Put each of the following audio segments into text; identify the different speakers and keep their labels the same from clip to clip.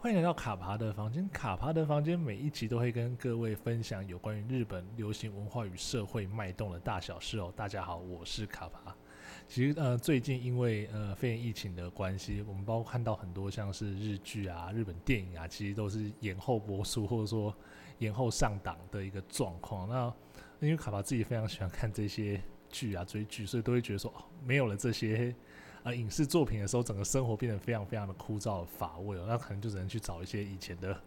Speaker 1: 欢迎来到卡帕的房间。卡帕的房间每一集都会跟各位分享有关于日本流行文化与社会脉动的大小事哦。大家好，我是卡帕。其实呃，最近因为呃肺炎疫情的关系，我们包括看到很多像是日剧啊、日本电影啊，其实都是延后播出或者说延后上档的一个状况。那因为卡帕自己非常喜欢看这些剧啊、追剧，所以都会觉得说，哦，没有了这些呃影视作品的时候，整个生活变得非常非常的枯燥乏味哦。那可能就只能去找一些以前的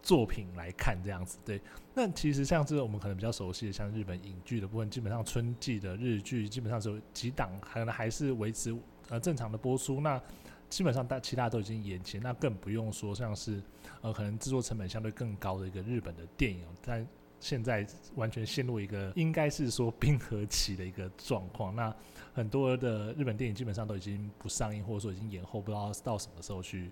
Speaker 1: 作品来看这样子。对，那其实像这个我们可能比较熟悉的，像日本影剧的部分，基本上春季的日剧基本上只有几档，可能还是维持呃正常的播出。那基本上大其他都已经延期，那更不用说像是呃可能制作成本相对更高的一个日本的电影哦，但现在完全陷入一个应该是说冰河期的一个状况。那很多的日本电影基本上都已经不上映，或者说已经延后，不知道到什么时候去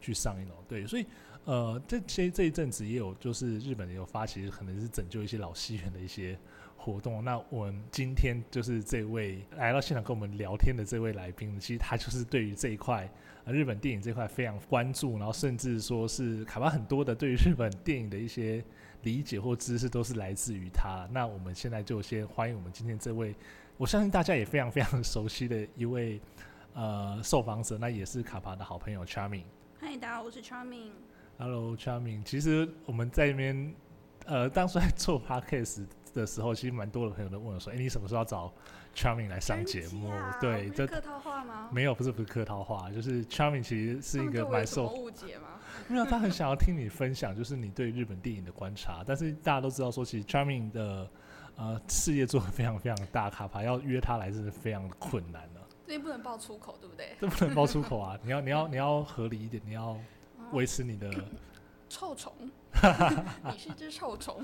Speaker 1: 去上映了。对，所以呃，这些这一阵子也有就是日本也有发起，可能是拯救一些老戏院的一些活动。那我们今天就是这位来到现场跟我们聊天的这位来宾，其实他就是对于这一块、呃、日本电影这块非常关注，然后甚至说是卡巴很多的对于日本电影的一些理解或知识都是来自于他。那我们现在就先欢迎我们今天这位。我相信大家也非常非常熟悉的一位呃受访者，那也是卡帕的好朋友 Charming。
Speaker 2: 嗨，大家好，我是 Charming。
Speaker 1: Hello Charming，其实我们在那边呃当初在做 podcast 的时候，其实蛮多的朋友都问我说：“哎、你什么时候要找 Charming 来上节目？”对，
Speaker 2: 这
Speaker 1: 这
Speaker 2: 啊客套话吗？
Speaker 1: 没有不是不是客套话，就是 Charming 其实是一个蛮受
Speaker 2: 误解吗？
Speaker 1: 没有，他很想要听你分享，就是你对日本电影的观察。但是大家都知道说，其实 Charming 的呃事业做得非常非常大，卡帕要约他来是非常困难的、
Speaker 2: 最近不能爆粗口，对不对？
Speaker 1: 这不能爆粗口啊！ 你要你要你要合理一点，你要维持你的
Speaker 2: 哦 臭虫，你是只臭虫。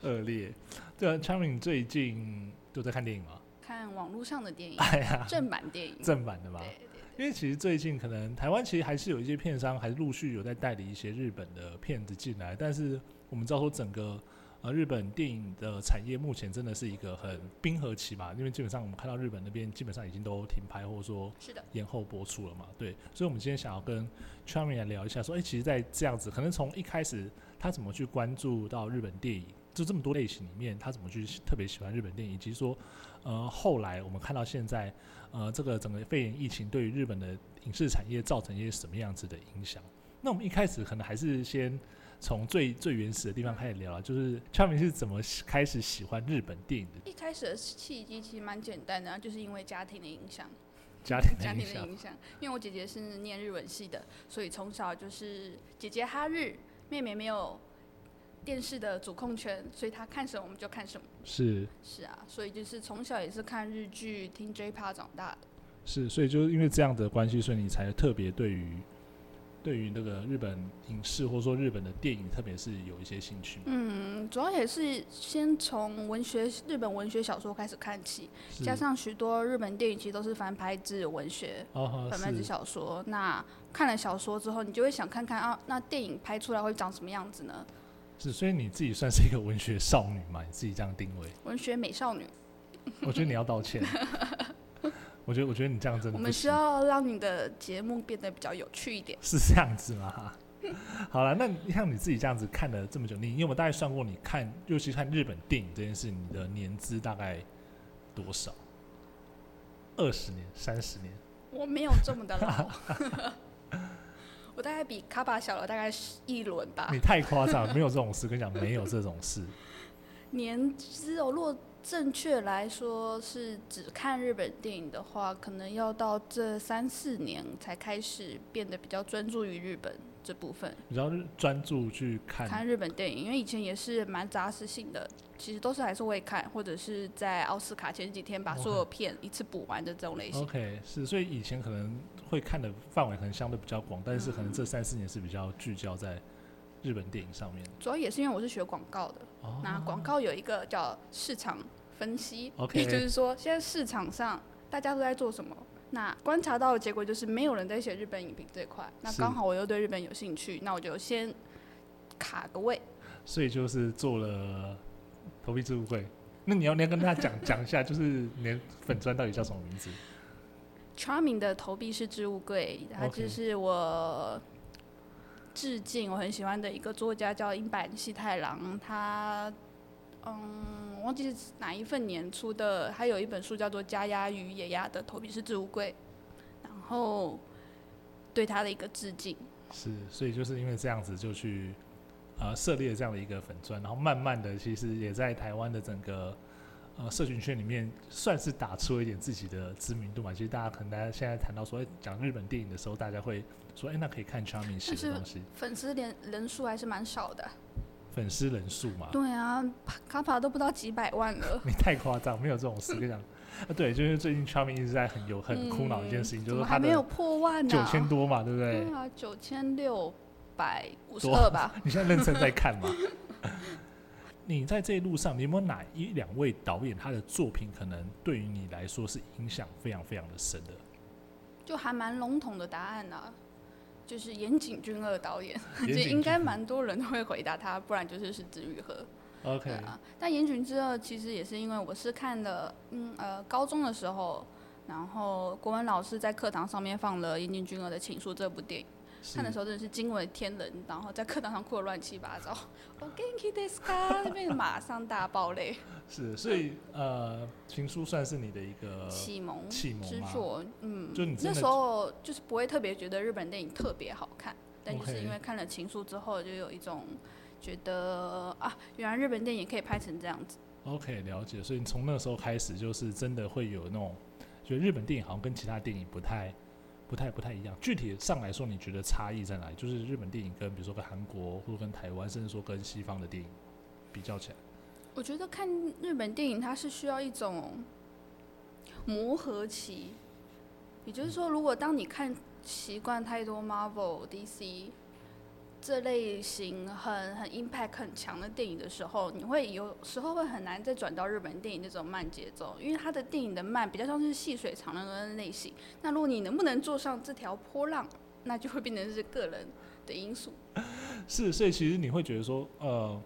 Speaker 1: 恶劣。对啊，Charming 最近就在看电影嘛，
Speaker 2: 看网络上的电影，
Speaker 1: 哎呀，
Speaker 2: 正版电影。
Speaker 1: 正版的嘛。
Speaker 2: 嗯对对
Speaker 1: 因为其实最近可能台湾其实还是有一些片商还是陆续有在代理一些日本的片子进来，但是我们知道说整个呃日本电影的产业目前真的是一个很冰河期嘛，因为基本上我们看到日本那边基本上已经都停拍或者说
Speaker 2: 是的，
Speaker 1: 延后播出了嘛，对，所以我们今天想要跟 Charmy 来聊一下，说，哎、其实，在这样子，可能从一开始他怎么去关注到日本电影，就这么多类型里面，他怎么去特别喜欢日本电影，以及说，呃，后来我们看到现在，呃，这个整个肺炎疫情对于日本的影视产业造成一些什么样子的影响？那我们一开始可能还是先从最最原始的地方开始聊啊，就是 Charmy 是怎么开始喜欢日本电影的
Speaker 2: 一开始的契机其实蛮简单的啊，就是因为家庭的影响。
Speaker 1: 家庭
Speaker 2: 家
Speaker 1: 的影
Speaker 2: 庭的
Speaker 1: 响。
Speaker 2: 影响，因为我姐姐是念日文系的，所以从小就是姐姐哈日，妹妹没有电视的主控权，所以她看什么我们就看什么。
Speaker 1: 是
Speaker 2: 是啊，所以就是从小也是看日剧、听 J-pop 长大的。
Speaker 1: 是，所以就是因为这样的关系，所以你才特别对于对于那个日本影视或者说日本的电影，特别是有一些兴趣嘛。
Speaker 2: 嗯，主要也是先从文学日本文学小说开始看起，
Speaker 1: 是
Speaker 2: 加上许多日本电影其实都是翻拍自文学、
Speaker 1: 哦，
Speaker 2: 翻拍自
Speaker 1: 是
Speaker 2: 小说。那看了小说之后，你就会想看看啊，那电影拍出来会长什么样子呢？
Speaker 1: 是，所以你自己算是一个文学少女嘛？你自己这样定位，
Speaker 2: 文学美少女，
Speaker 1: 我觉得你要道 歉。我觉得，我觉得你这样真
Speaker 2: 我
Speaker 1: 的
Speaker 2: 们
Speaker 1: 不
Speaker 2: 需
Speaker 1: 行，
Speaker 2: 要让你的节目变得比较有趣一点。
Speaker 1: 是这样子吗？好了，那你像你自己这样子看了这么久，你你有没有大概算过？你看，尤其看日本电影这件事，你的年资大概多少？二十年、三十年？
Speaker 2: 我没有这么的老，我大概比卡巴小了大概是一轮吧。
Speaker 1: 你太夸张了，没有这种事，跟你讲，没有这种事。
Speaker 2: 年资哦，如果正确来说是只看日本电影的话，可能要到这三四年才开始变得比较专注于日本这部分，
Speaker 1: 你要是专注去看，
Speaker 2: 看日本电影，因为以前也是蛮杂食性的，其实都是还是会看，或者是在奥斯卡前几天把
Speaker 1: OK
Speaker 2: 所有片一次补完的这种类型。
Speaker 1: OK 是，所以以前可能会看的范围可能相对比较广，但是可能这三四年是比较聚焦在日本电影上面的。
Speaker 2: 主要也是因为我是学广告的，
Speaker 1: 哦
Speaker 2: 那广告有一个叫市场分析
Speaker 1: OK
Speaker 2: 也就是说现在市场上大家都在做什么。那观察到的结果就是没有人在写日本影评这一块，那
Speaker 1: 是
Speaker 2: 刚好我又对日本有兴趣，那我就先卡个位。
Speaker 1: 所以就是做了投币置物柜。那你要你要跟大家讲讲一下，就是你的粉砖到底叫什么名字？
Speaker 2: Charming 的投币式置物柜，它
Speaker 1: OK
Speaker 2: 就是我致敬我很喜欢的一个作家叫英坂西太郎，他嗯，我忘记是哪一份年出的，他有一本书叫做《家鸭与野鸭的头皮是置物柜》，然后对他的一个致敬。
Speaker 1: 是，所以就是因为这样子就去呃设立了这样的一个粉砖，然后慢慢的其实也在台湾的整个呃社群圈里面算是打出了一点自己的知名度嘛。其实大家可能大家现在谈到说哎讲、日本电影的时候，大家会说哎、那可以看 Charming 写
Speaker 2: 是
Speaker 1: 的东西，
Speaker 2: 粉丝连人数还是蛮少的，
Speaker 1: 啊粉丝人数嘛。。
Speaker 2: 对啊，卡帕都不到几百万了
Speaker 1: 你太夸张，没有这种事。跟你讲，啊对，就是最近 Charming 一直在很有很苦恼的一件事情，就
Speaker 2: 嗯怎
Speaker 1: 是说
Speaker 2: 么还
Speaker 1: 他
Speaker 2: 没有
Speaker 1: 的
Speaker 2: 破万呢、
Speaker 1: 九千多嘛，对不对？
Speaker 2: 对啊，九千六百五十
Speaker 1: 多
Speaker 2: 二吧。
Speaker 1: 你现在认真在看吗？ 你在这一路上，你有没有哪一两位导演他的作品，可能对于你来说是影响非常非常的深 的？
Speaker 2: 就还蛮笼统的答案呢、就是岩井俊二导演，
Speaker 1: 岩井
Speaker 2: 这
Speaker 1: 俊
Speaker 2: 应该蛮多人都会回答他，不然就是是子玉和。
Speaker 1: OK，、
Speaker 2: 对啊，但岩井俊二其实也是因为我是看的，嗯呃，高中的时候，然后国文老师在课堂上面放了岩井俊二的《情书》这部电影，
Speaker 1: 是
Speaker 2: 看的时候真的是惊为天人，然后在课堂上哭得乱七八糟。我 Genki d e s a 那边马上大爆泪，
Speaker 1: 是，所以呃，《情书》算是你的一个
Speaker 2: 启蒙
Speaker 1: 呃启蒙
Speaker 2: 之
Speaker 1: 吗？
Speaker 2: 作，嗯，
Speaker 1: 就你真
Speaker 2: 那
Speaker 1: 的
Speaker 2: 时候就是不会特别觉得日本电影特别好看，但就是
Speaker 1: OK
Speaker 2: 因为看了《情书》之后，就有一种觉得啊，原来日本电影可以拍成这样子。
Speaker 1: OK，了解。所以你从那时候开始，就是真的会有那种觉得日本电影好像跟其他电影不太、不太、不太一样。具体上来说，你觉得差异在哪里？就是日本电影跟比如说跟韩国或者跟台湾，甚至说跟西方的电影比较起来，
Speaker 2: 我觉得看日本电影，它是需要一种磨合期，也就是说，如果当你看习惯太多 Marvel、DC 这类型很很 impact 很强的电影的时候，你会有时候会很难再转到日本电影那种慢节奏，因为它的电影的慢比较像是细水长流的类型。那如果你能不能坐上这条波浪，那就会变成是个人的因素。
Speaker 1: 是，所以其实你会觉得说，呃，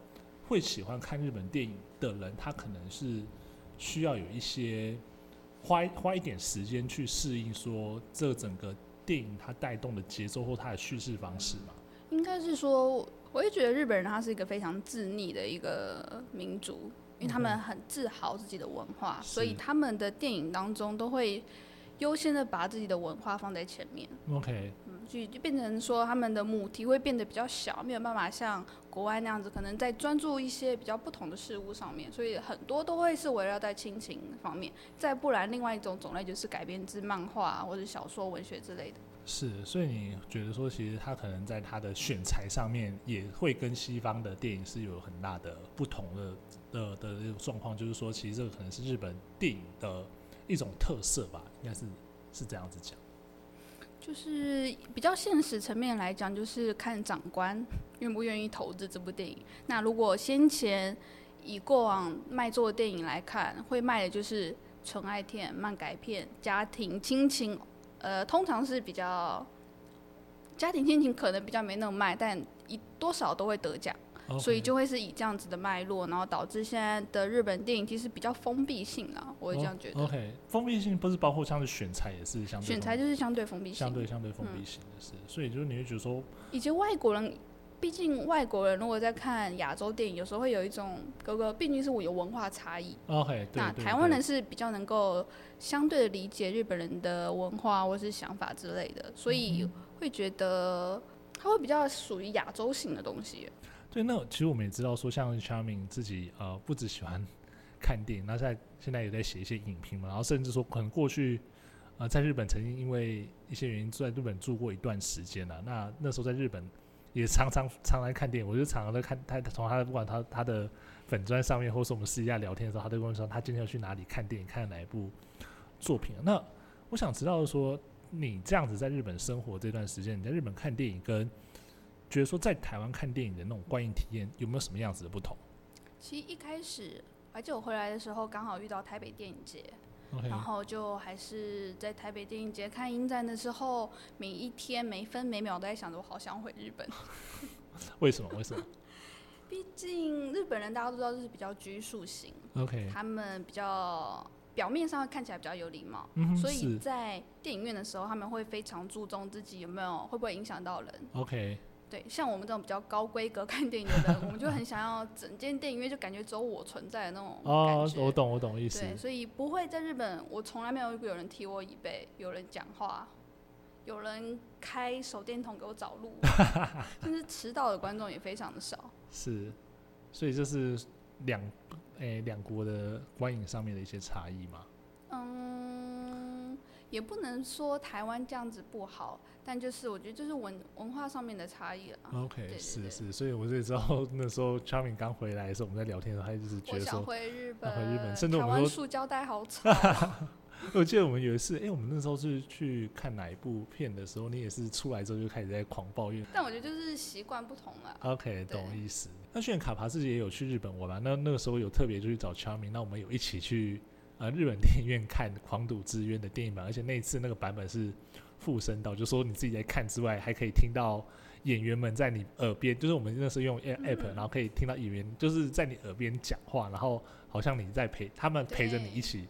Speaker 1: 会喜欢看日本电影的人，他可能是需要有一些花一花一点时间去适应说这整个电影它带动的节奏或它的叙事方式嘛。
Speaker 2: 应该是说，我也觉得日本人他是一个非常自溺的一个民族，因为他们很自豪自己的文化，
Speaker 1: 是
Speaker 2: 所以他们的电影当中都会优先的把自己的文化放在前面，
Speaker 1: OK，
Speaker 2: 嗯，就就变成说他们的母题会变得比较小，没有办法像国外那样子，可能在专注一些比较不同的事物上面，所以很多都会是围绕在亲情方面，再不然另外一种种类就是改编自漫画啊或者小说、文学之类的。
Speaker 1: 是，所以你觉得说，其实他可能在他的选材上面也会跟西方的电影是有很大的不同的的的那种状况，就是说，其实这个可能是日本电影的一种特色吧，应该是是这样子讲。
Speaker 2: 就是比较现实层面来讲，就是看长官 愿不愿意投资这部电影。那如果先前以过往卖座的电影来看，会卖的就是纯爱片、漫改片、家庭亲情，呃，通常是比较家庭亲情可能比较没那么卖，但一多少都会得奖。所以就会是以这样子的脉络，然后导致现在的日本电影其实比较封闭性了，我会这样觉得。
Speaker 1: 哦 OK，封闭性不是包括像是选材也是相对
Speaker 2: 选材
Speaker 1: 封
Speaker 2: 就是相对封闭性嗯
Speaker 1: 相，对相对封闭性的是，所以就是你会觉得说，
Speaker 2: 以及外国人，毕竟外国人如果在看亚洲电影，有时候会有一种哥哥，毕竟是我有文化差异。
Speaker 1: OK，对
Speaker 2: 那
Speaker 1: 对
Speaker 2: 台湾
Speaker 1: 对
Speaker 2: 人是比较能够相对的理解日本人的文化或是想法之类的，所
Speaker 1: 嗯
Speaker 2: 以会觉得它会比较属于亚洲型的东西。
Speaker 1: 对，那其实我们也知道说，像 Charming 自己呃，不只喜欢 看电影，那现在现在也在写一些影评嘛，然后甚至说可能过去呃，在日本曾经因为一些原因住在日本住过一段时间了、那那时候在日本也常常常来看电影，我就常常在看他从他的不管他他的粉砖上面，或是我们私底下聊天的时候，他都跟我说他今天要去哪里看电影，看哪一部作品。啊那我想知道说，你这样子在日本生活这段时间，你在日本看电影跟觉得说在台湾看电影的那种观影体验有没有什么样子的不同
Speaker 2: 其实一开始，而且我回来的时候刚好遇到台北电影节，
Speaker 1: ？OK，
Speaker 2: 然后就还是在台北电影节看影展的时候，每一天每分每秒都在想着我好想回日本。
Speaker 1: 为什么？为什么
Speaker 2: 毕竟日本人大家都知道就是比较拘束型，
Speaker 1: ？OK，
Speaker 2: 他们比较表面上看起来比较有礼貌，
Speaker 1: 嗯哼，
Speaker 2: 所以
Speaker 1: 是
Speaker 2: 在电影院的时候他们会非常注重自己有没有会不会影响到人。
Speaker 1: OK，
Speaker 2: 对，像我们这种比较高规格看电影的人，我们就很想要整间电影院就感觉只有我存在的那种
Speaker 1: 哦
Speaker 2: 感，觉。
Speaker 1: 我懂，我懂意思。
Speaker 2: 对，所以不会在日本，我从来没有遇过有人踢我椅背，有人讲话，有人开手电筒给我找 路，甚至迟到的观众也非常的少。
Speaker 1: 是，所以这是两诶两国的观影上面的一些差异嘛。
Speaker 2: 嗯，也不能说台湾这样子不好，但就是我觉得就是文文化上面的差异了。
Speaker 1: 嗯
Speaker 2: 啊对
Speaker 1: OK，
Speaker 2: 对
Speaker 1: 是
Speaker 2: 对
Speaker 1: 是，所以我就知道 那时候 Charming 刚回来的时候，我们在聊天的时候，他一直觉
Speaker 2: 我
Speaker 1: 得
Speaker 2: 想
Speaker 1: 说，
Speaker 2: 回日
Speaker 1: 那
Speaker 2: 本，
Speaker 1: 啊回日本甚至我
Speaker 2: 台
Speaker 1: 们
Speaker 2: 湾
Speaker 1: 说
Speaker 2: 塑胶袋好 啊吵。
Speaker 1: 哦我记得我们有一次，诶，我们那时候是去看哪一部片的时候，你也是出来之后就开始在狂抱怨。
Speaker 2: 但我觉得就是习惯不同了。
Speaker 1: OK，懂意思。那炫卡帕自己也有去日本玩嘛？那那个时候有特别就去找 Charming，那我们有一起去呃日本电影院看《狂赌之渊》的电影版，而且那一次那个版本是附身到，就说你自己在看之外，还可以听到演员们在你耳边，就是我们那时候用 A-
Speaker 2: 嗯
Speaker 1: app，、然后可以听到演员就是在你耳边讲话，然后好像你在陪他们陪着你一起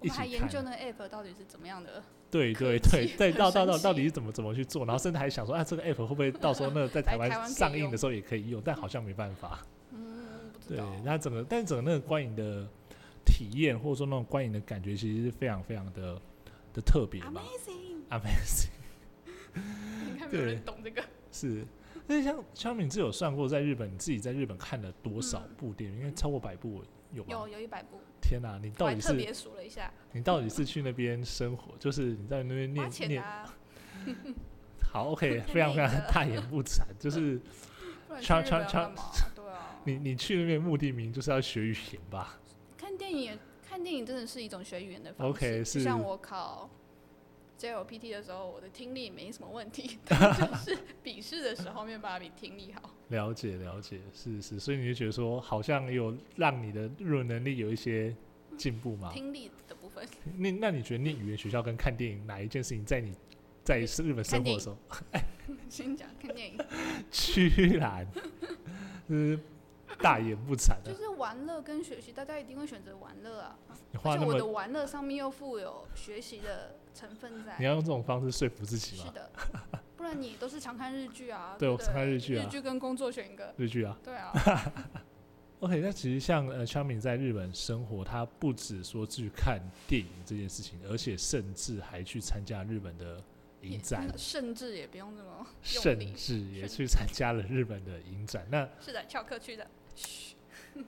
Speaker 2: 我
Speaker 1: 一
Speaker 2: 们还
Speaker 1: 起
Speaker 2: 研
Speaker 1: 看。
Speaker 2: 究那个 app 到底是怎么样的，
Speaker 1: 对对
Speaker 2: 科
Speaker 1: 对
Speaker 2: 技
Speaker 1: 对，
Speaker 2: 很
Speaker 1: 到到
Speaker 2: 神
Speaker 1: 到到
Speaker 2: 奇
Speaker 1: 底是怎么怎么去做，然后甚至还想说，啊，这个 app 会不会到时候那 个在
Speaker 2: 来
Speaker 1: 台
Speaker 2: 台湾
Speaker 1: 湾
Speaker 2: 可以
Speaker 1: 上映
Speaker 2: 用
Speaker 1: 的时候也可以用，但好像没办法。
Speaker 2: 嗯，不知
Speaker 1: 对
Speaker 2: 道。，
Speaker 1: 那整个但整个那个观影的体验，或者说那种观影的感觉，其实是非常非常的的特别吧。
Speaker 2: Amazing，
Speaker 1: Amazing
Speaker 2: 应该没
Speaker 1: 对
Speaker 2: 有人懂这个。
Speaker 1: 是，那像肖敏，自己有算过在日本你自己在日本看了多少
Speaker 2: 嗯
Speaker 1: 部电影？应该超过百部有吧
Speaker 2: 有？有一百部，
Speaker 1: 天哪、你
Speaker 2: 我
Speaker 1: 到
Speaker 2: 还
Speaker 1: 底
Speaker 2: 特
Speaker 1: 是
Speaker 2: 别数了一下，
Speaker 1: 你到底是去那边生活，就是你在那边
Speaker 2: 花
Speaker 1: 念
Speaker 2: 钱的
Speaker 1: 念
Speaker 2: 啊，
Speaker 1: 好 OK，
Speaker 2: 念
Speaker 1: 非常非
Speaker 2: 那
Speaker 1: 常
Speaker 2: 个
Speaker 1: 大言不惭，就是
Speaker 2: 不然去日
Speaker 1: 超
Speaker 2: 本
Speaker 1: 超
Speaker 2: 要
Speaker 1: 超
Speaker 2: 干嘛？对啊，
Speaker 1: 你你去那边目的明就是要学语言吧？
Speaker 2: 看电影，看电影真的是一种学语言的方式。
Speaker 1: OK，
Speaker 2: 就是像我考 JLPT 的时候，我的听力没什么问 题，但就是笔试的时候没有办法比听力好。
Speaker 1: 了解了解，是是，所以你就觉得说，好像有让你的日文能力有一些进步嘛？
Speaker 2: 听力的部分，
Speaker 1: 那那你觉得念语言学校跟看电影哪一件事情，在你在日本生活的时候，
Speaker 2: 先讲 看电影，
Speaker 1: 居然就是大言不惭的、
Speaker 2: 就是玩乐跟学习，大家一定会选择玩乐啊。
Speaker 1: 你花
Speaker 2: 而
Speaker 1: 那
Speaker 2: 且我的
Speaker 1: 么，
Speaker 2: 玩乐上面又富有学习的成分在
Speaker 1: 你。要用这种方式说服自己
Speaker 2: 是
Speaker 1: 吗？
Speaker 2: 的，不然你都是常看日剧啊。
Speaker 1: 对
Speaker 2: 对
Speaker 1: 我
Speaker 2: 不对，
Speaker 1: 常看日剧啊
Speaker 2: 日剧跟工作选一个。
Speaker 1: 日剧啊
Speaker 2: 对啊，
Speaker 1: ，OK，那其实像呃 Charming 在日本生活，他不只说去看电影这件事情，而且甚至还去参加日本的
Speaker 2: 也
Speaker 1: 影展，
Speaker 2: 甚至也不用这么用
Speaker 1: 甚
Speaker 2: 力。
Speaker 1: 至也
Speaker 2: 甚
Speaker 1: 去参加了日本的影展。那
Speaker 2: 是的，翘课去的。嘘，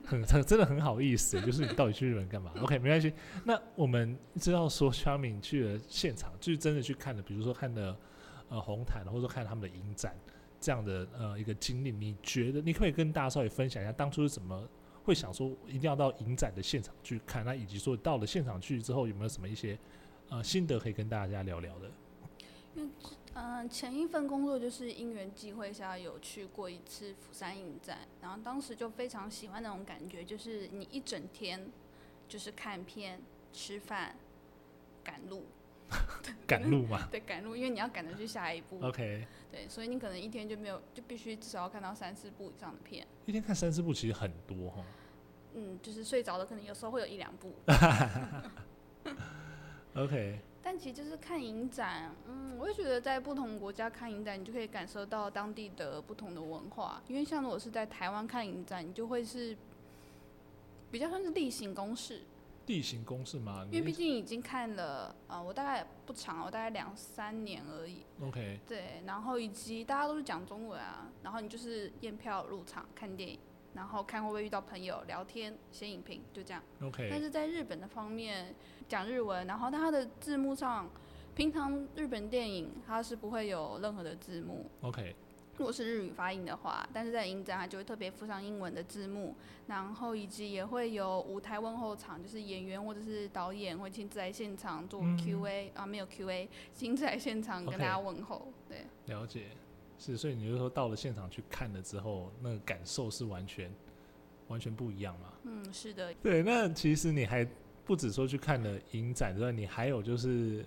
Speaker 1: 很 很真的很好意思，就是你到底去日本干嘛？OK，没关系。那我们知道说 Charming 去了现场，就是真的去看了，比如说看了呃红毯，或者说看他们的影展这样的呃一个经历，你觉得你可不可以跟大家稍微分享一下当初是怎么会想说一定要到影展的现场去看？那以及说到了现场去之后有没有什么一些呃心得可以跟大家聊聊的？
Speaker 2: 嗯、前一份工作就是因缘际会下有去过一次釜山影展，然后当时就非常喜欢那种感觉，就是你一整天就是看片、吃饭、赶路，嗯
Speaker 1: 赶路嘛
Speaker 2: 对，赶路，因为你要赶着去下一部，
Speaker 1: ，OK，
Speaker 2: 对，所以你可能一天就没有，就必须至少要看到三四部以上的片。
Speaker 1: 一天看三四部其实很多哈。
Speaker 2: 嗯，就是睡着了，可能有时候会有一两部，
Speaker 1: OK，
Speaker 2: 但其实就是看影展，嗯，我会觉得在不同国家看影展，你就可以感受到当地的不同的文化。因为像如果是在台湾看影展，你就会是比较算是例行公事，
Speaker 1: 地形公式嘛，
Speaker 2: 因为毕
Speaker 1: 你
Speaker 2: 竟已经看了，呃，我大概不长，我大概两三年而已。
Speaker 1: OK
Speaker 2: 对，然后以及大家都是讲中文啊，然后你就是验票入场看电影，然后看会不会遇到朋友聊天、写影评，就这样。
Speaker 1: OK，
Speaker 2: 但是在日本的方面讲日文，然后但它的字幕上，平常日本电影它是不会有任何的字幕，
Speaker 1: OK，
Speaker 2: 如果是日语发音的话，但是在影展它就会特别附上英文的字幕，然后以及也会有舞台问候场，就是演员或者是导演会亲自来现场做
Speaker 1: 嗯
Speaker 2: Q&A、啊，没有 Q&A，亲自来现场跟
Speaker 1: OK
Speaker 2: 大家问候对。
Speaker 1: 了解，是，所以你就说到了现场去看了之后，那个感受是完全完全不一样嘛？
Speaker 2: 嗯，是的，
Speaker 1: 对，那其实你还不止说去看了影展之外，你还有就是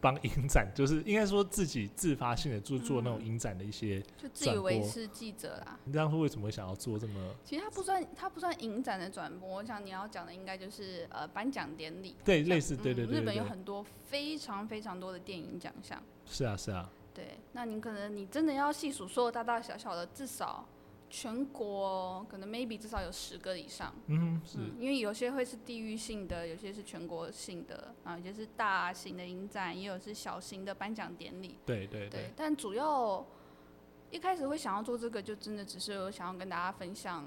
Speaker 1: 帮影展，就是应该说自己自发性的做做那种
Speaker 2: 嗯
Speaker 1: 影展的一些。
Speaker 2: 就自以
Speaker 1: 转
Speaker 2: 为
Speaker 1: 播
Speaker 2: 是记者啦。
Speaker 1: 你当初为什么会想要做这么？
Speaker 2: 其实它不算，它不算影展的转播。我想你要讲的应该就是呃颁奖典礼，
Speaker 1: 对，
Speaker 2: 像
Speaker 1: 类似，对
Speaker 2: 嗯
Speaker 1: 对对
Speaker 2: 日
Speaker 1: 对
Speaker 2: 本有
Speaker 1: 对，
Speaker 2: 很多非常非常多的电影奖项，
Speaker 1: 是啊是啊，
Speaker 2: 对，那你可能你真的要细数所有大大小小的，至少全国可能 maybe 至少有十个以上。
Speaker 1: 嗯，是，
Speaker 2: 嗯，因为有些会是地域性的，有些是全国性的，啊，有些是大型的影展，也有是小型的颁奖典礼。
Speaker 1: 对对
Speaker 2: 对，但主要一开始会想要做这个，就真的只是我想要跟大家分享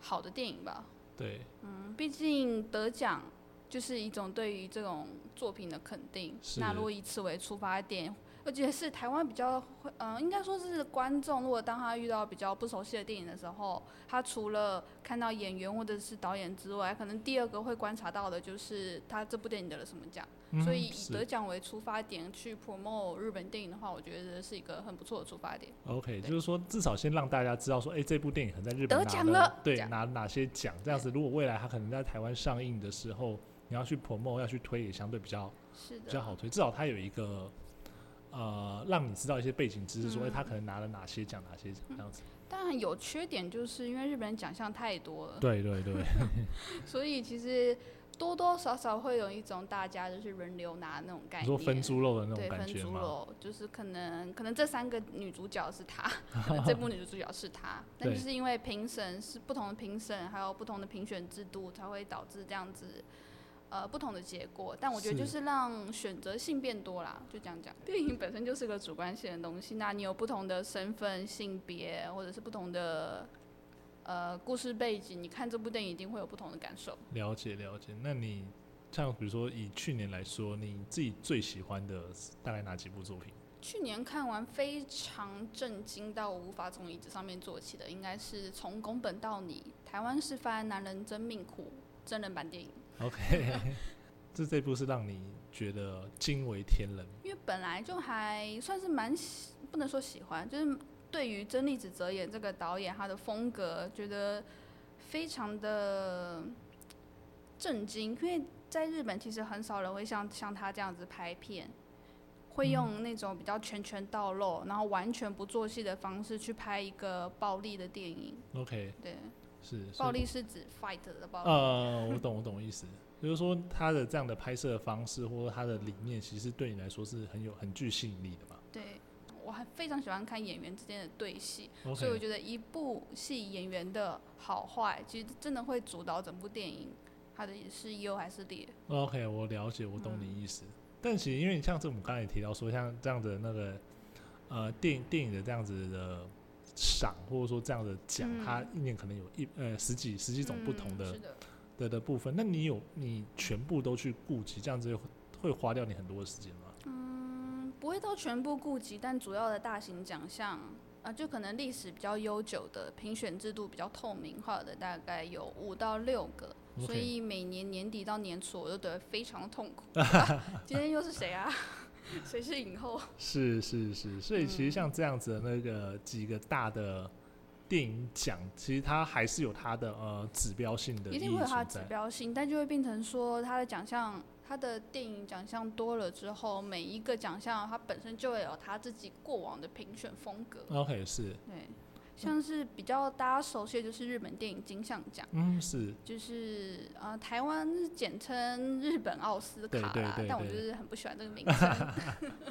Speaker 2: 好的电影吧。
Speaker 1: 对，
Speaker 2: 嗯，毕竟得奖就是一种对于这种作品的肯定。
Speaker 1: 是
Speaker 2: 那如果以此为出发点，我觉得是台湾比较会，嗯、应该说是观众，如果当他遇到比较不熟悉的电影的时候，他除了看到演员或者是导演之外，可能第二个会观察到的就是他这部电影得了什么奖。
Speaker 1: 嗯
Speaker 2: 所以以
Speaker 1: 是
Speaker 2: 得奖为出发点去 promote 日本电影的话，我觉得是一个很不错的出发点。
Speaker 1: OK，
Speaker 2: 对
Speaker 1: 就是说至少先让大家知道说，哎、这部电影可能在日本
Speaker 2: 得
Speaker 1: 拿
Speaker 2: 奖了
Speaker 1: 对
Speaker 2: 这，样
Speaker 1: 拿哪些奖这样子。如果未来它可能在台湾上映的时候，你要去 promo 要去推，也相对比较
Speaker 2: 是的，
Speaker 1: 比较好推。至少它有一个呃，让你知道一些背景知识，说哎、
Speaker 2: 嗯
Speaker 1: 他可能拿了哪些奖，哪些奖这样子。
Speaker 2: 当然有缺点，就是因为日本人奖项太多了，
Speaker 1: 对对对，
Speaker 2: 所以其实多多少少会有一种大家就是轮流拿那种概
Speaker 1: 你
Speaker 2: 念。
Speaker 1: 说分猪肉的那种
Speaker 2: 对，
Speaker 1: 感
Speaker 2: 分
Speaker 1: 觉
Speaker 2: 猪
Speaker 1: 吗？
Speaker 2: 肉就是可能可能这三个女主角是她，可能这部女主角 是她，那
Speaker 1: 对
Speaker 2: 就是因为评审是不同的评审，还有不同的评选制度，才会导致这样子。呃，不同的结果，但我觉得就是是让选择性变多啦，就这样讲。电影本身就是个主观性的东西，那你有不同的身份、性别，或者是不同的呃故事背景，你看这部电影一定会有不同的感受。
Speaker 1: 了解了解。那你像比如说以去年来说，你自己最喜欢的大概哪几部 作品？
Speaker 2: 去年看完非常震惊到我无法从椅子上面坐起的，应该是从宫本到你台湾示范男人真命苦真人版电影，
Speaker 1: OK，这这部是让你觉得惊为天人。
Speaker 2: 因为本来就还算是蛮喜，不能说喜欢，就是对于真粒子哲也这个导演他的风格，觉得非常的震惊，因为在日本其实很少人会像像他这样子拍片。会
Speaker 1: 嗯
Speaker 2: 用那种比较拳拳到肉，然后完全不做戏的方式去拍一个暴力的电影，
Speaker 1: OK，
Speaker 2: 对，
Speaker 1: 是所以
Speaker 2: 暴力是指 fight 的暴力。
Speaker 1: 呃，我懂，我懂意思，就是说他的这样的拍摄方式或者他的理念，其实对你来说是很有很具吸引力的嘛。
Speaker 2: 对，我还非常喜欢看演员之间的对戏所以我
Speaker 1: OK，
Speaker 2: 觉得一部戏演员的好坏，其实真的会主导整部电影，它的是优还是劣。
Speaker 1: OK，我了解，我懂
Speaker 2: 嗯
Speaker 1: 你意思。但其实因为像这我们刚才也提到说，像这样的那个呃电影电影的这样子的赏，或者说这样的奖，
Speaker 2: 嗯
Speaker 1: 它一年可能有一呃十几十几种不同
Speaker 2: 嗯
Speaker 1: 的、
Speaker 2: 是的，
Speaker 1: 的的部分。那你有你全部都去顾及，这样子会会花掉你很多的时间吗？
Speaker 2: 嗯，不会到全部顾及，但主要的大型奖项。啊，就可能历史比较悠久的，评选制度比较透明化的，大概有五到六个
Speaker 1: OK
Speaker 2: 所以每年年底到年初，我都觉得非常痛苦。啊今天又是谁啊？ 谁是影后？
Speaker 1: 是是是，所以其实
Speaker 2: 嗯
Speaker 1: 像这样子的那个几个大的电影奖，其实它还是有它的呃指标性的意
Speaker 2: 一
Speaker 1: 义
Speaker 2: 定会有它
Speaker 1: 所
Speaker 2: 的指
Speaker 1: 在。
Speaker 2: 标性，但就会变成说它的奖项，它的电影奖项多了之后，每一个奖项它本身就会有它自己过往的评选风格。
Speaker 1: OK，是，
Speaker 2: 对，像是比较大家熟悉的就是日本电影金像奖，
Speaker 1: 嗯，是
Speaker 2: 就是呃台湾是简称日本奥斯卡啦，
Speaker 1: 对对对
Speaker 2: 但我
Speaker 1: 对
Speaker 2: 就是很不喜欢这个名称。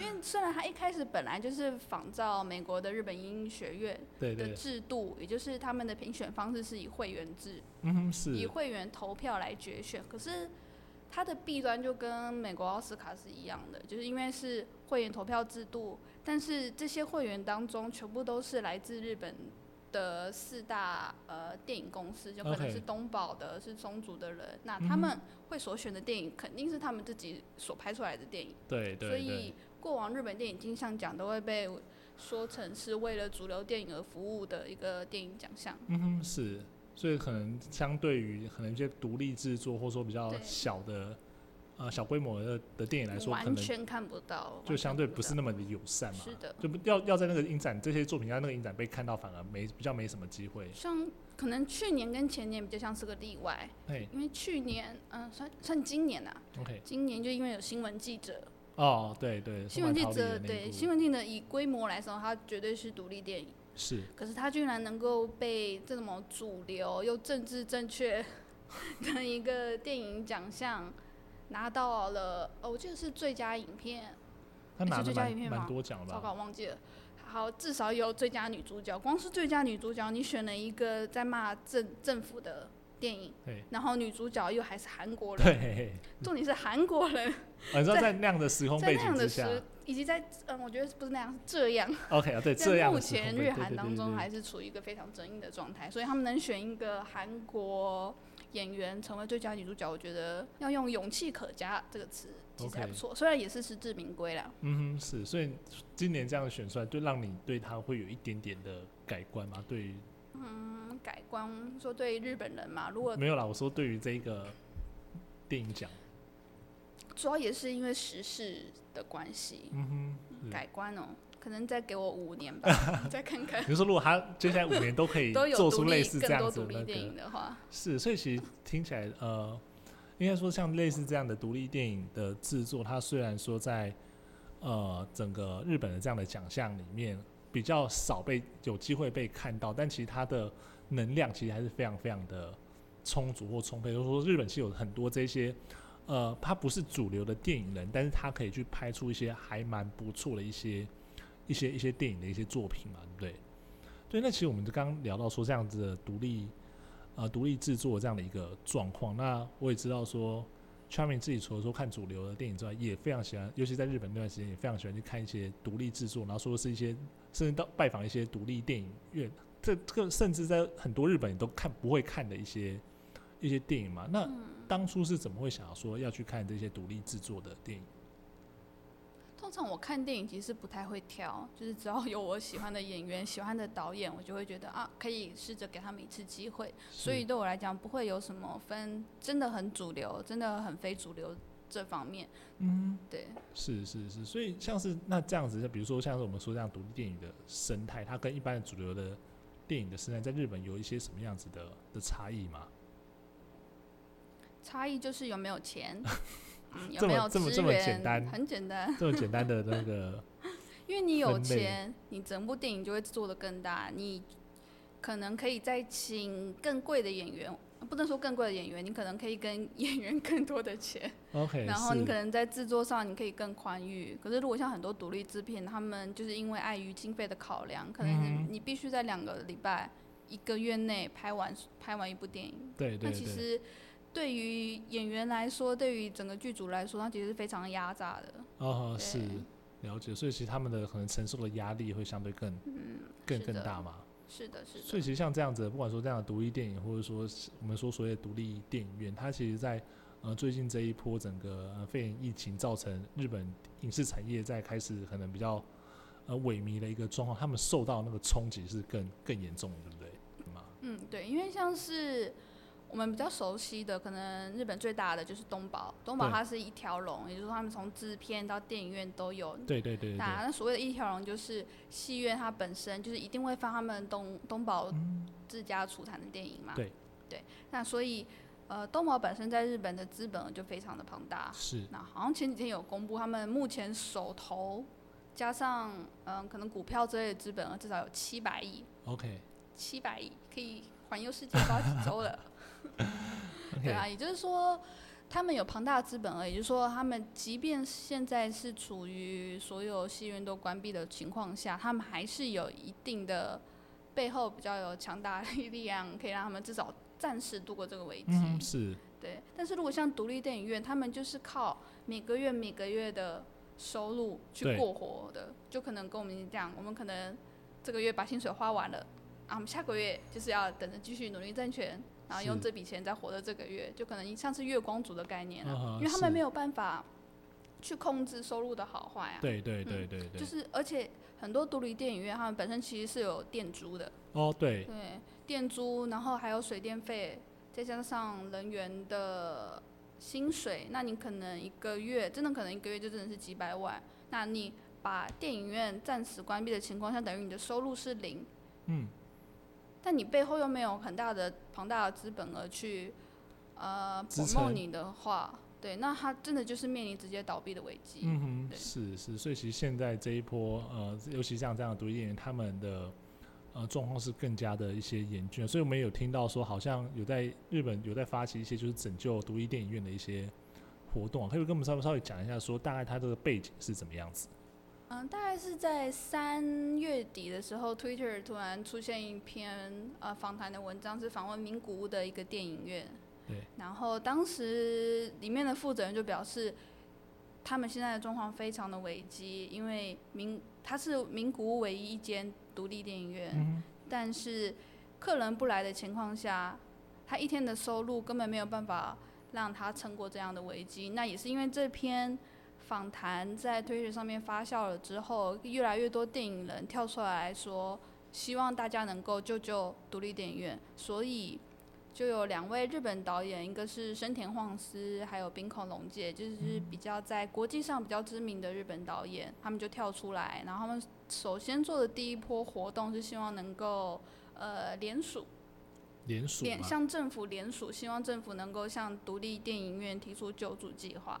Speaker 2: 因为虽然它一开始本来就是仿照美国的日本音乐学院
Speaker 1: 对
Speaker 2: 的
Speaker 1: 对，
Speaker 2: 制度，也就是他们的评选方式是以会员制，
Speaker 1: 嗯
Speaker 2: 以
Speaker 1: 是，
Speaker 2: 会员投票来决选，可是它的弊端就跟美国奥斯卡是一样的，就是因为是会员投票制度，但是这些会员当中全部都是来自日本的四大呃电影公司，就可
Speaker 1: OK
Speaker 2: 能是东宝的、是松竹的人，那
Speaker 1: 嗯
Speaker 2: 他
Speaker 1: 哼
Speaker 2: 们会所选的电影肯定是他们自己所拍出来的电影，
Speaker 1: 对
Speaker 2: 所
Speaker 1: 对对
Speaker 2: 以，过往日本电影金像奖都会被说成是为了主流电影而服务的一个电影奖项。
Speaker 1: 嗯是，所以可能相对于可能一些独立制作或者说比较
Speaker 2: 对
Speaker 1: 小的呃小规模的的电影来说，可
Speaker 2: 完
Speaker 1: 能
Speaker 2: 全看不到，
Speaker 1: 就相对不
Speaker 2: 是。
Speaker 1: 是那么的友善嘛。
Speaker 2: 是的
Speaker 1: 就不要要在那个影展这些作品要在那个影展被看到，反而没比较没什么机会。
Speaker 2: 像可能去年跟前年比较像是个例外，
Speaker 1: 嘿
Speaker 2: 因为去年，嗯、算算今年啊，
Speaker 1: ，OK，
Speaker 2: 今年就因为有新闻记者，
Speaker 1: 哦，对对，
Speaker 2: 新闻记
Speaker 1: 逃离
Speaker 2: 者
Speaker 1: 的那一
Speaker 2: 对
Speaker 1: 部
Speaker 2: 新闻记者以规模来说，它绝对是独立电影，
Speaker 1: 是
Speaker 2: 可是它居然能够被这么主流又政治正确的一个电影奖项拿到了，哦，我记得是最佳影片，
Speaker 1: 他拿的
Speaker 2: 最佳
Speaker 1: 蛮
Speaker 2: 影片
Speaker 1: 蛮
Speaker 2: 吗
Speaker 1: 多奖啊
Speaker 2: 糟
Speaker 1: 吧？
Speaker 2: 糕，忘记了。好，至少有最佳女主角。光是最佳女主角，你选了一个在骂政政府的电影
Speaker 1: 对，
Speaker 2: 然后女主角又还是韩 国人，
Speaker 1: 对，
Speaker 2: 重点是韩国人，
Speaker 1: 啊你知道
Speaker 2: 在
Speaker 1: 在那样的时空
Speaker 2: 在
Speaker 1: 背
Speaker 2: 那
Speaker 1: 景
Speaker 2: 样
Speaker 1: 之
Speaker 2: 的
Speaker 1: 下
Speaker 2: 时，以及在嗯，我觉得不是那 样，是这样。
Speaker 1: ，OK 啊，对，这
Speaker 2: 在
Speaker 1: 样
Speaker 2: 目
Speaker 1: 的时
Speaker 2: 前
Speaker 1: 空背对
Speaker 2: 日韩
Speaker 1: 对
Speaker 2: 当
Speaker 1: 对
Speaker 2: 中
Speaker 1: 对
Speaker 2: 还是处于一个非常争议的状态，所以他们能选一个韩国演员成为最佳女主角，我觉得要用“勇气可嘉”这个词，其实还
Speaker 1: OK
Speaker 2: 不错。虽然也是实至名归啦，
Speaker 1: 嗯哼，是，所以今年这样选出来，就让你对他会有一点点的改观吗？对于
Speaker 2: 嗯，改观说对日本人嘛，如果
Speaker 1: 没有啦，我说对于这个电影奖，
Speaker 2: 主要也是因为时事的关系，
Speaker 1: 嗯哼，是
Speaker 2: 改观哦，可能再给我五年 吧，再看看
Speaker 1: 你是说如果他接下来五年都可以
Speaker 2: 都有
Speaker 1: 做
Speaker 2: 独
Speaker 1: 出
Speaker 2: 立
Speaker 1: 类似这
Speaker 2: 更
Speaker 1: 样
Speaker 2: 多
Speaker 1: 子
Speaker 2: 独
Speaker 1: 的那
Speaker 2: 立电
Speaker 1: 个
Speaker 2: 影，的话，
Speaker 1: 是，所以其实听起来，呃，应该说像类似这样的独立电影的制作，它虽然说在呃整个日本的这样的奖项里面比较少被有机会被看到，但其实它的能量其实还是非常非常的充足或充沛。就是说，日本其实有很多这些。呃，它不是主流的电影人，但是它可以去拍出一些还蛮不错的一些一些一些电影的一些作品嘛，对不对？对，那其实我们就刚刚聊到说这样子的独立呃独立制作这样的一个状况。那我也知道说 c h a r m i n 自己除了说看主流的电影之外，也非常喜欢，尤其在日本那段时间也非常喜欢去看一些独立制作，然后说是一些甚至到拜访一些独立电影院，这这个甚至在很多日本你都看不会看的一些一些电影嘛。那
Speaker 2: 嗯
Speaker 1: 当初是怎么会想要说要去看这些独立制作的电影？
Speaker 2: 通常我看电影其实不太会挑，就是只要有我喜欢的演员、 喜欢的导演，我就会觉得啊，可以试着给他们一次机会。所以
Speaker 1: 是
Speaker 2: 对我来讲，不会有什么分真的很主流、真的很非主流这方面。
Speaker 1: 嗯，
Speaker 2: 对，
Speaker 1: 是是是，所以像是那这样子，就比如说像是我们说这样独立电影的生态，它跟一般的主流的电影的生态，在日本有一些什么样子的的差异吗？
Speaker 2: 差异就是有没有钱， 嗯，有
Speaker 1: 这
Speaker 2: 没
Speaker 1: 么
Speaker 2: 有资
Speaker 1: 这么
Speaker 2: 源，
Speaker 1: 这么简单
Speaker 2: 很简单。
Speaker 1: 这么简单的那 个
Speaker 2: 因为你有
Speaker 1: 分类
Speaker 2: 钱，你整部电影就会做得更大，你可能可以再请更贵的演员，不能说更贵的演员，你可能可以跟演员更多的钱，
Speaker 1: OK，
Speaker 2: 然后你可
Speaker 1: 是
Speaker 2: 能在制作上你可以更宽裕。可是如果像很多独立制片，他们就是因为碍于经费的考量，可
Speaker 1: 嗯
Speaker 2: 能
Speaker 1: 哼
Speaker 2: 你必须在两个礼拜、一个月内拍完拍完一部电影，
Speaker 1: 对
Speaker 2: 那
Speaker 1: 对
Speaker 2: 其
Speaker 1: 对，
Speaker 2: 实。对于演员来说，对于整个剧组来说，它其实是非常压榨的。
Speaker 1: 哦
Speaker 2: 对
Speaker 1: 是了解，所以其实他们的可能承受的压力会相对更
Speaker 2: 嗯，
Speaker 1: 更
Speaker 2: 是
Speaker 1: 更
Speaker 2: 的
Speaker 1: 大嘛。
Speaker 2: 是的，是的。
Speaker 1: 所以其实像这样子，不管说这样的独立电影，或者说是我们说所谓的独立电影院，它其实在呃最近这一波整个、呃、肺炎疫情造成日本影视产业在开始可能比较呃萎靡的一个状况，他们受到那个冲击是更更严重的，对不对？嘛，
Speaker 2: 嗯，对，因为像是我们比较熟悉的，可能日本最大的就是东宝，东宝
Speaker 1: 对
Speaker 2: 它是一条龙，也就是说他们从制片到电影院都有。
Speaker 1: 对对对对
Speaker 2: 那
Speaker 1: 对，
Speaker 2: 那所谓的一条龙，就是戏院它本身就是一定会放他们东东宝
Speaker 1: 嗯，
Speaker 2: 自家出产的电影嘛。
Speaker 1: 对。
Speaker 2: 对，那所以呃，东宝本身在日本的资本额就非常的庞大。
Speaker 1: 是
Speaker 2: 那好像前几天有公布，他们目前手头加上嗯，可能股票之类的资本额至少有七百亿。
Speaker 1: OK
Speaker 2: 七百亿，可以环游世界不知道几周了。 对
Speaker 1: OK，
Speaker 2: 啊，也就是说，他们有庞大的资本额，也就是说，他们即便现在是处于所有戏院都关闭的情况下，他们还是有一定的背后比较有强大的力量，可以让他们至少暂时度过这个危机。
Speaker 1: 嗯是
Speaker 2: 对，但是如果像独立电影院，他们就是靠每个月每个月的收入去
Speaker 1: 对
Speaker 2: 过活的，就可能跟我们这样，我们可能这个月把薪水花完了，啊，我们下个月就是要等着继续努力挣钱，然后用
Speaker 1: 是
Speaker 2: 这笔钱再活到这个月，就可能像是月光族的概念
Speaker 1: 嗯
Speaker 2: 啊，
Speaker 1: 哼
Speaker 2: 因为他们
Speaker 1: 是
Speaker 2: 没有办法去控制收入的好坏啊。
Speaker 1: 对对对
Speaker 2: 嗯
Speaker 1: 对对，
Speaker 2: 就是，而且很多独立电影院，他们本身其实是有店租的，
Speaker 1: 哦对
Speaker 2: 对，店租，然后还有水电费，再加上人员的薪水，那你可能一个月真的可能一个月就真的是几百万。那你把电影院暂时关闭的情况下，等于你的收入是零，
Speaker 1: 嗯
Speaker 2: 但你背后又没有很大的庞大的资本额去呃
Speaker 1: 支
Speaker 2: promote
Speaker 1: 撑
Speaker 2: 你的话，对，那它真的就是面临直接倒闭的危机。
Speaker 1: 嗯哼，
Speaker 2: 对
Speaker 1: 是是，所以其实现在这一波呃，尤其像这样的独立演员，他们的呃状况是更加的一些严峻，啊所以我们也有听到说，好像有在日本有在发起一些就是拯救独立电影院的一些活动、啊，可以跟我们稍微稍微讲一下，说大概它这个背景是怎么样子？
Speaker 2: 嗯，大概是在三月底的时候，Twitter 突然出现一篇呃访谈的文章，是访问名古屋的一个电影院。
Speaker 1: 对。
Speaker 2: 然后当时里面的负责人就表示，他们现在的状况非常的危机，因为名它是名古屋唯一一间独立电影院，
Speaker 1: 嗯
Speaker 2: 但是客人不来的情况下，他一天的收入根本没有办法让他撑过这样的危机。那也是因为这篇访谈在推特上面发酵了之后，越来越多电影人跳出来说，希望大家能够救救独立电影院，所以。就有两位日本导演，一个是生田晃司，还有冰孔龙介，就是比较在国际上比较知名的日本导演，他们就跳出来，然后他们首先做的第一波活动是希望能够呃联署，
Speaker 1: 联署
Speaker 2: 联
Speaker 1: 嘛，
Speaker 2: 向政府联署，希望政府能够向独立电影院提出救助计划。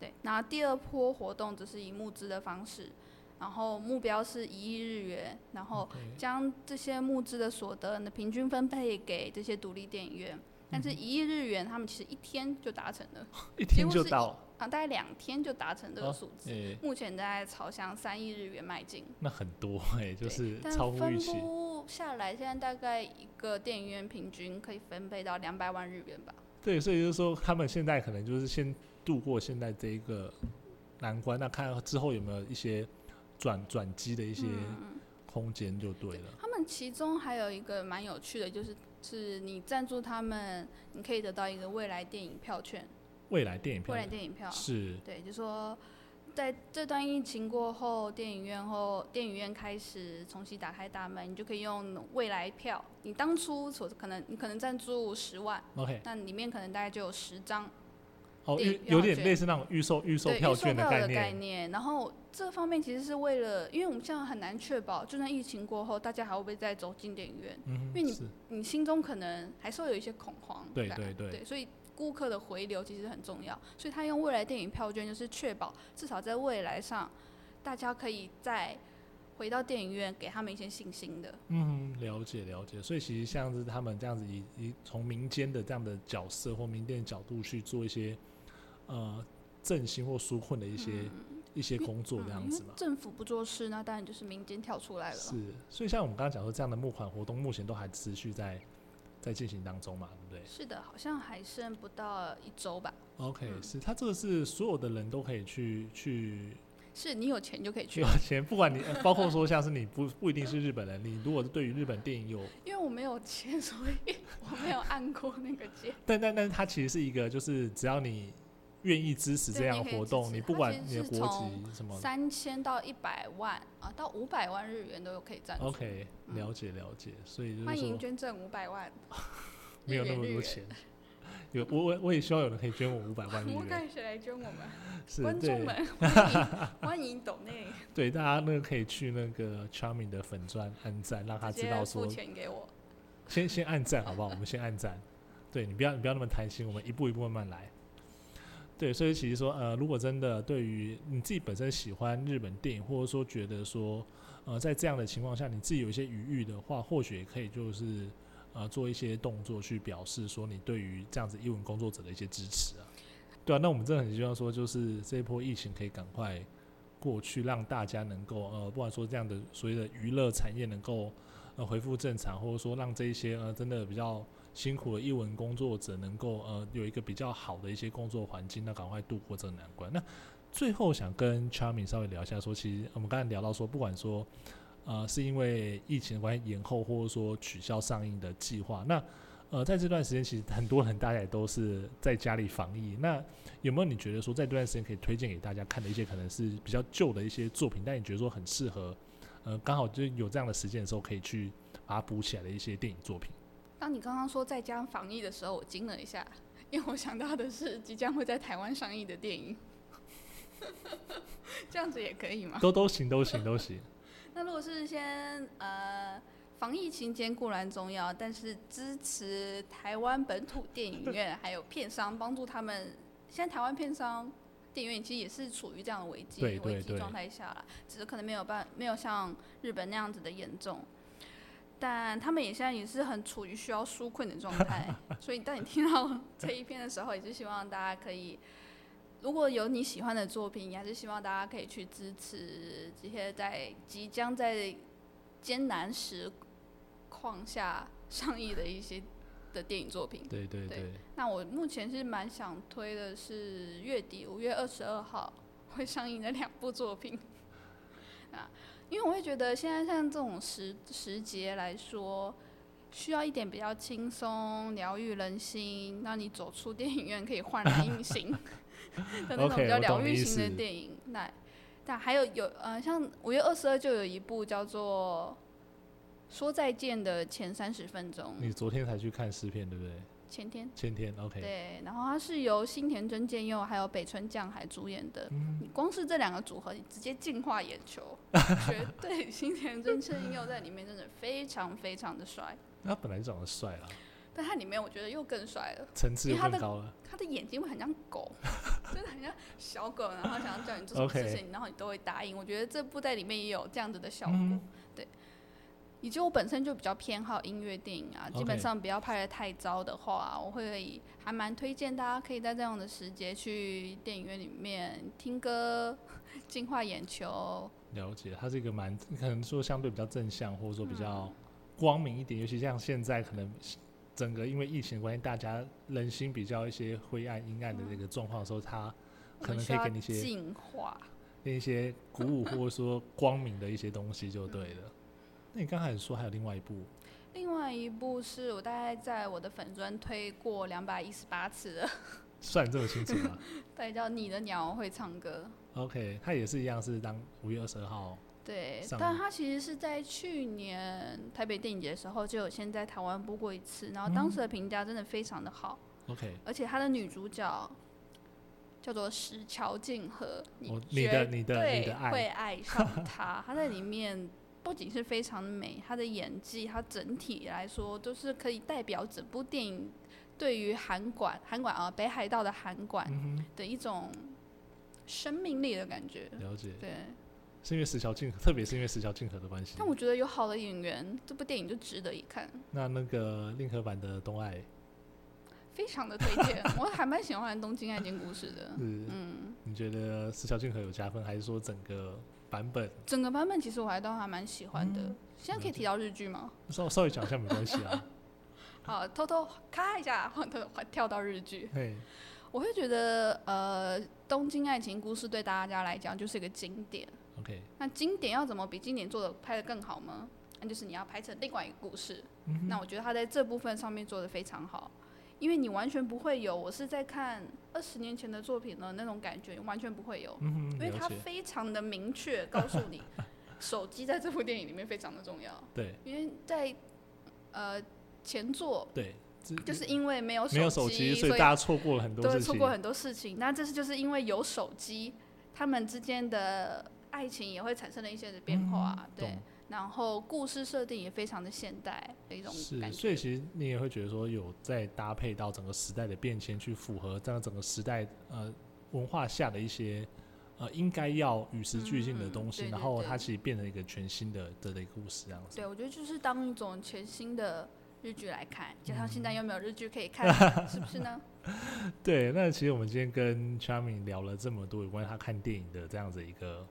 Speaker 2: 对，那第二波活动只是以募资的方式，然后目标是一亿日元，然后
Speaker 1: OK
Speaker 2: 将这些募资的所得呢平均分配给这些独立电影院。但
Speaker 1: 嗯
Speaker 2: 是，一亿日元，他们其实一天就达成了，
Speaker 1: 一
Speaker 2: 几
Speaker 1: 听
Speaker 2: 乎
Speaker 1: 就是
Speaker 2: 一
Speaker 1: 到，
Speaker 2: 啊，大概两天就达成这
Speaker 1: 哦
Speaker 2: 个数字。
Speaker 1: 诶、
Speaker 2: 目前在朝向三亿日元迈进。
Speaker 1: 那很多诶、就
Speaker 2: 对
Speaker 1: 是
Speaker 2: 但
Speaker 1: 超乎预
Speaker 2: 分
Speaker 1: 期。
Speaker 2: 布下来，现在大概一个电影院平均可以分配到两百万日元吧。
Speaker 1: 对，所以就是说，他们现在可能就是先度过现在这一个难关，那看之后有没有一些转转机的一些
Speaker 2: 嗯，
Speaker 1: 空间就对了。
Speaker 2: 他们其中还有一个蛮有趣的，就是是你赞助他们，你可以得到一个未来电影票券，
Speaker 1: 未来电影票
Speaker 2: 未来电影票。
Speaker 1: 是
Speaker 2: 对，就说在这段疫情过后，电影院后电影院开始重新打开大门，你就可以用未来票。你当初所可能你可能赞助十万，
Speaker 1: OK
Speaker 2: 那里面可能大概就有十张
Speaker 1: 哦，
Speaker 2: 电
Speaker 1: 预
Speaker 2: 影票
Speaker 1: 有点
Speaker 2: 券
Speaker 1: 类似那种预售预售
Speaker 2: 对，
Speaker 1: 票
Speaker 2: 预售
Speaker 1: 券
Speaker 2: 票
Speaker 1: 概
Speaker 2: 的概
Speaker 1: 念，
Speaker 2: 念。然后这方面其实是为了，因为我们现在很难确保，就算疫情过后，大家还会不会再走进电影院？
Speaker 1: 嗯
Speaker 2: 因为
Speaker 1: 哼，
Speaker 2: 你
Speaker 1: 是
Speaker 2: 你心中可能还是会有一些恐慌感。
Speaker 1: 对对对
Speaker 2: 所以顾客的回流其实很重要，所以他用未来电影票券就是确保至少在未来上，大家可以再回到电影院，给他们一些信心的。
Speaker 1: 嗯哼，了解了解。所以其实像是他们这样子以以从民间的这样的角色或民间的角度去做一些呃振兴或纾困的一些、一些工作这
Speaker 2: 嗯
Speaker 1: 样
Speaker 2: 因为
Speaker 1: 子嘛。
Speaker 2: 政府不做事，那当然就是民间跳出来了。
Speaker 1: 是，所以像我们刚刚讲说，这样的募款活动目前都还持续在在进行当中嘛，对不对
Speaker 2: 是的，好像还剩不到一周吧。
Speaker 1: ？OK，、
Speaker 2: 嗯
Speaker 1: 是它这个是所有的人都可以去去
Speaker 2: 是你有钱就可 以去
Speaker 1: 去花钱，不管你呃包括说像是你不不一定是日本人，你如果是对于日本电影有，
Speaker 2: 因为我没有钱，所以我没有按过那个 键。
Speaker 1: 但但但是它其实是一个就是只要你愿意支持这
Speaker 2: 对
Speaker 1: 样
Speaker 2: 你
Speaker 1: 的
Speaker 2: 可以
Speaker 1: 活
Speaker 2: 支
Speaker 1: 动，
Speaker 2: 持
Speaker 1: 你
Speaker 2: 它
Speaker 1: 不管
Speaker 2: 其实
Speaker 1: 你的
Speaker 2: 是
Speaker 1: 国
Speaker 2: 从
Speaker 1: 籍什么
Speaker 2: 三千到一百万啊，到五百万日元都有可以赞助。
Speaker 1: ，OK，
Speaker 2: 嗯
Speaker 1: 了解了解，所以就
Speaker 2: 欢
Speaker 1: 是
Speaker 2: 迎
Speaker 1: 说，
Speaker 2: 捐赠五百万
Speaker 1: 没有那么
Speaker 2: 日元
Speaker 1: 多。钱。 有我我我也希望有人可以捐我五百
Speaker 2: 日
Speaker 1: 万日
Speaker 2: 元 我
Speaker 1: 元，
Speaker 2: 看谁来捐我们？
Speaker 1: 是
Speaker 2: 观
Speaker 1: 对
Speaker 2: 众们欢迎欢迎抖内，
Speaker 1: 对，大家那个可以去那个 Charming 的粉砖按赞，让他知
Speaker 2: 直接
Speaker 1: 道
Speaker 2: 付
Speaker 1: 说，
Speaker 2: 钱给我。
Speaker 1: 先先按赞好不好？我们先按赞， 对你不要你不要那么贪心，我们一步一步慢慢来。对，所以其实说，呃，如果真的对于你自己本身喜欢日本电影，或者说觉得说，呃，在这样的情况下，你自己有一些余裕的话，或许也可以就是呃做一些动作去表示说你对于这样子译文工作者的一些支持啊。对啊，那我们真的很希望说，就是这一波疫情可以赶快过去，让大家能够呃，不管说这样的所谓的娱乐产业能够呃恢复正常，或者说让这一些呃真的比较辛苦的译文工作者能够呃有一个比较好的一些工作环境，那赶快度过这个难关。那最后想跟 Charming 稍微聊一下说其实我们刚才聊到说，不管说呃是因为疫情的关系延后，或者说取消上映的计划，那呃在这段时间其实很多人大家也都是在家里防疫，那有没有你觉得说在这段时间可以推荐给大家看的一些可能是比较旧的一些作品，但你觉得说很适合？呃，刚好就是有这样的时间的时候，可以去把它补起来的一些电影作品。
Speaker 2: 当你刚刚说在家防疫的时候，我惊了一下， 因为我想到的是即将会在台湾上映的电影。 这样子也可以吗？
Speaker 1: 都都行，都行，都 行。
Speaker 2: 那如果是先呃，防疫期间固然重要，但是支持台湾本土电影院还有片商，帮助他们。现在台湾片商电影院其实也是处于这样的危机
Speaker 1: 对对
Speaker 2: 危机
Speaker 1: 对
Speaker 2: 状态下了，只是可能没有办没有像日本那样子的严重。但他们也现在也是很处于需要纾困的状态，所以当你听到这一篇的时候，也是希望大家可以如果有你喜欢的作品，也还是希望大家可以去支持这些在即将在艰难时况下上映的一些的电影作品。
Speaker 1: 对对
Speaker 2: 对
Speaker 1: 对，
Speaker 2: 那我目前是蛮想推的是月底五月二十二号 会上映的两部作品 啊，因为我会觉得现在像这种时时节来说，需要一点比较轻松、疗愈人心，让你走出电影院可以焕然一 新的那种
Speaker 1: OK，
Speaker 2: 比较
Speaker 1: 我懂
Speaker 2: 疗
Speaker 1: 你
Speaker 2: 愈
Speaker 1: 意
Speaker 2: 型的
Speaker 1: 思
Speaker 2: 电影。那但还有有呃，像五月二十二就有一部叫做《说再见的前三十分钟
Speaker 1: 你》，昨天才去看试片，对不对？
Speaker 2: 前天。
Speaker 1: 前天哦 OK，
Speaker 2: 对，然后它是由新田真剑佑还有北村匠海主演的。你光是这两个组合，你直接净化眼球，绝对新田真剑佑在里面真的非常非常的帅，
Speaker 1: 他本来就长得帅啦，
Speaker 2: 但他里面我觉得又更帅了。
Speaker 1: 层次
Speaker 2: 因
Speaker 1: 又
Speaker 2: 为他
Speaker 1: 更
Speaker 2: 的
Speaker 1: 高了。
Speaker 2: 他的眼睛会很像狗， 真的很像小狗，然后想要叫你做什么事
Speaker 1: OK
Speaker 2: 情然后你都会答应。我觉得这部在里面也有这样子的效果。
Speaker 1: 嗯
Speaker 2: 对，以及我本身就比较偏好音乐电影啊，基本
Speaker 1: OK
Speaker 2: 上不要拍的太糟的话，我会还蛮推荐大家可以在这样的时节去电影院里面听歌， 净化眼球。
Speaker 1: 了解，它是一个蛮可能说相对比较正向，或者说比
Speaker 2: 嗯
Speaker 1: 较光明一点。尤其像现在可能整个因为疫情的关系，大家人心比较一些灰暗、阴暗的那个状况的时候，它
Speaker 2: 我
Speaker 1: 可
Speaker 2: 们
Speaker 1: 能
Speaker 2: 需
Speaker 1: 可以
Speaker 2: 要
Speaker 1: 给你一些
Speaker 2: 净化。
Speaker 1: 那一些鼓舞或者说光明的一些东西就对了。那你刚才说还有另外一部，
Speaker 2: 另外一部是我大概在我的粉砖推过两百一十八次 的，
Speaker 1: 算这么清楚吗
Speaker 2: 对，叫《你的鸟会唱歌》。
Speaker 1: ？OK，它也是一样是当五月二十二号。
Speaker 2: 对，
Speaker 1: 上
Speaker 2: 但
Speaker 1: 映
Speaker 2: 它其实是在去年台北电影节的时候就有先在台湾播过一次，然后
Speaker 1: 嗯
Speaker 2: 当时的评价真的非常的好，
Speaker 1: OK，
Speaker 2: 而且它的女主角叫做石桥静和，
Speaker 1: 哦你
Speaker 2: 绝
Speaker 1: 的你的
Speaker 2: 对
Speaker 1: 你的爱
Speaker 2: 会 爱上她，她在里面。不仅是非常美，她的演技，她整体来说都是可以代表整部电影对于韩馆、韩馆啊北海道的韩馆
Speaker 1: 嗯
Speaker 2: 的一种生命力的感觉。
Speaker 1: 哼，了解，
Speaker 2: 对，
Speaker 1: 是因为石桥静，特别是因为石桥静河的关系。
Speaker 2: 但我觉得有好的演员，这部电影就值得一看，
Speaker 1: 那那个令和版的东爱，
Speaker 2: 非常的推 荐。我还蛮喜欢《东京爱情故事》的，
Speaker 1: 是
Speaker 2: 嗯，
Speaker 1: 你觉得石桥静河有加分，还是说整个版本
Speaker 2: 整个版本其实我还都还蛮喜欢的。
Speaker 1: 嗯
Speaker 2: 现在可以
Speaker 1: 了解
Speaker 2: 提到日剧吗？
Speaker 1: 稍稍微讲一下没关系 啊？
Speaker 2: 好，偷偷咔一下，换偷换跳到日剧，
Speaker 1: 嘿，
Speaker 2: 我会觉得呃，《东京爱情故事》对大家来讲就是一个经典。
Speaker 1: OK，
Speaker 2: 那经典要怎么比经典做的拍的更好吗？那就是你要拍成另外一个故事。
Speaker 1: 嗯
Speaker 2: 那我觉得他在这部分上面做的非常好，因为你完全不会有我是在看二十年前的作品了那种感觉，完全不会有，
Speaker 1: 嗯哼，
Speaker 2: 因为
Speaker 1: 了
Speaker 2: 他
Speaker 1: 解，
Speaker 2: 非常的 明确告诉你，手机在这部电影里面非常的重要，
Speaker 1: 对
Speaker 2: 因为在呃前作
Speaker 1: 对，这
Speaker 2: 就是因为没有
Speaker 1: 没有手
Speaker 2: 机，
Speaker 1: 机，
Speaker 2: 所
Speaker 1: 所以大家错过了很多
Speaker 2: 都会
Speaker 1: 事
Speaker 2: 错
Speaker 1: 情。
Speaker 2: 过很多事情。那这是就是因为有手机，他们之间的爱情也会产生了一些的变化，
Speaker 1: 嗯
Speaker 2: 对
Speaker 1: 懂。
Speaker 2: 然后故事设定也非常的现代的一种
Speaker 1: 是，所
Speaker 2: 感觉
Speaker 1: 以。其实你也会觉得说，有在搭配到整个时代的变迁，去符合这样整个时代呃文化下的一些呃应该要与时俱进的
Speaker 2: 嗯嗯
Speaker 1: 东西，
Speaker 2: 对
Speaker 1: 然
Speaker 2: 对
Speaker 1: 后
Speaker 2: 对
Speaker 1: 它其实变成一个全新的的的一个故事这样子。
Speaker 2: 对，我觉得就是当一种全新的日剧来看，加上
Speaker 1: 嗯
Speaker 2: 现在又没有日剧可以看，是不 是呢？
Speaker 1: 对，那其实我们今天跟 Charming 聊了这么多有关于他看电影的这样子一个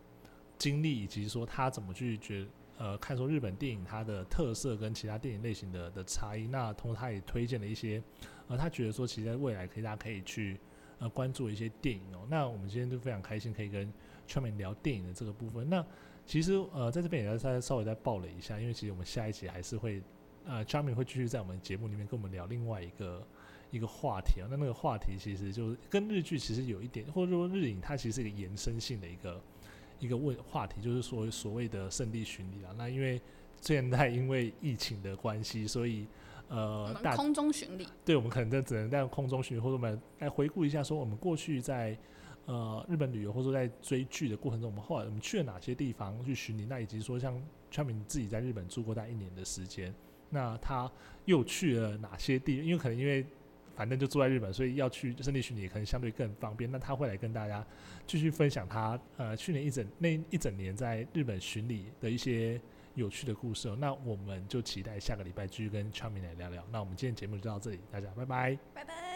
Speaker 1: 经历，以及说他怎么去觉呃看说日本电影它的特色跟其他电影类型的的差异。那同时他也推荐了一些呃他觉得说其实在未来可以大家可以去呃关注的一些电影哦。那我们今天就非常开心可以跟 Charming 聊电影的这个部分。那其实呃在这边也要再稍微再爆了一下，因为其实我们下一集还是会呃 Charming 会继续在我们节目里面跟我们聊另外一个。一个话题啊。那那个话题其实就是跟日剧其实有一点，或者说日影它其实是一个延伸性的一个一个问话题，就是说所谓的圣地巡礼啊。那因为现在因为疫情的关系，所以
Speaker 2: 我
Speaker 1: 呃
Speaker 2: 们
Speaker 1: 大
Speaker 2: 空中巡礼，
Speaker 1: 对我们可能在只能在空中巡礼，或者我们来回顾一下，说我们过去在呃日本旅游或者说在追剧的过程中，我们后来我们去了哪些地方去巡礼？那以及说像川明自己在日本住过大概一年的时间，那他又去了哪些地？因为可能因为反正就住在日本，所以要去圣地巡礼可能相对更方便。那他会来跟大家继续分享他呃去年一整那一整年在日本巡礼的一些有趣的故事、哦。那我们就期待下个礼拜继续跟 Charmin 来聊聊。那我们今天节目就到这里，大家拜拜。
Speaker 2: 拜拜。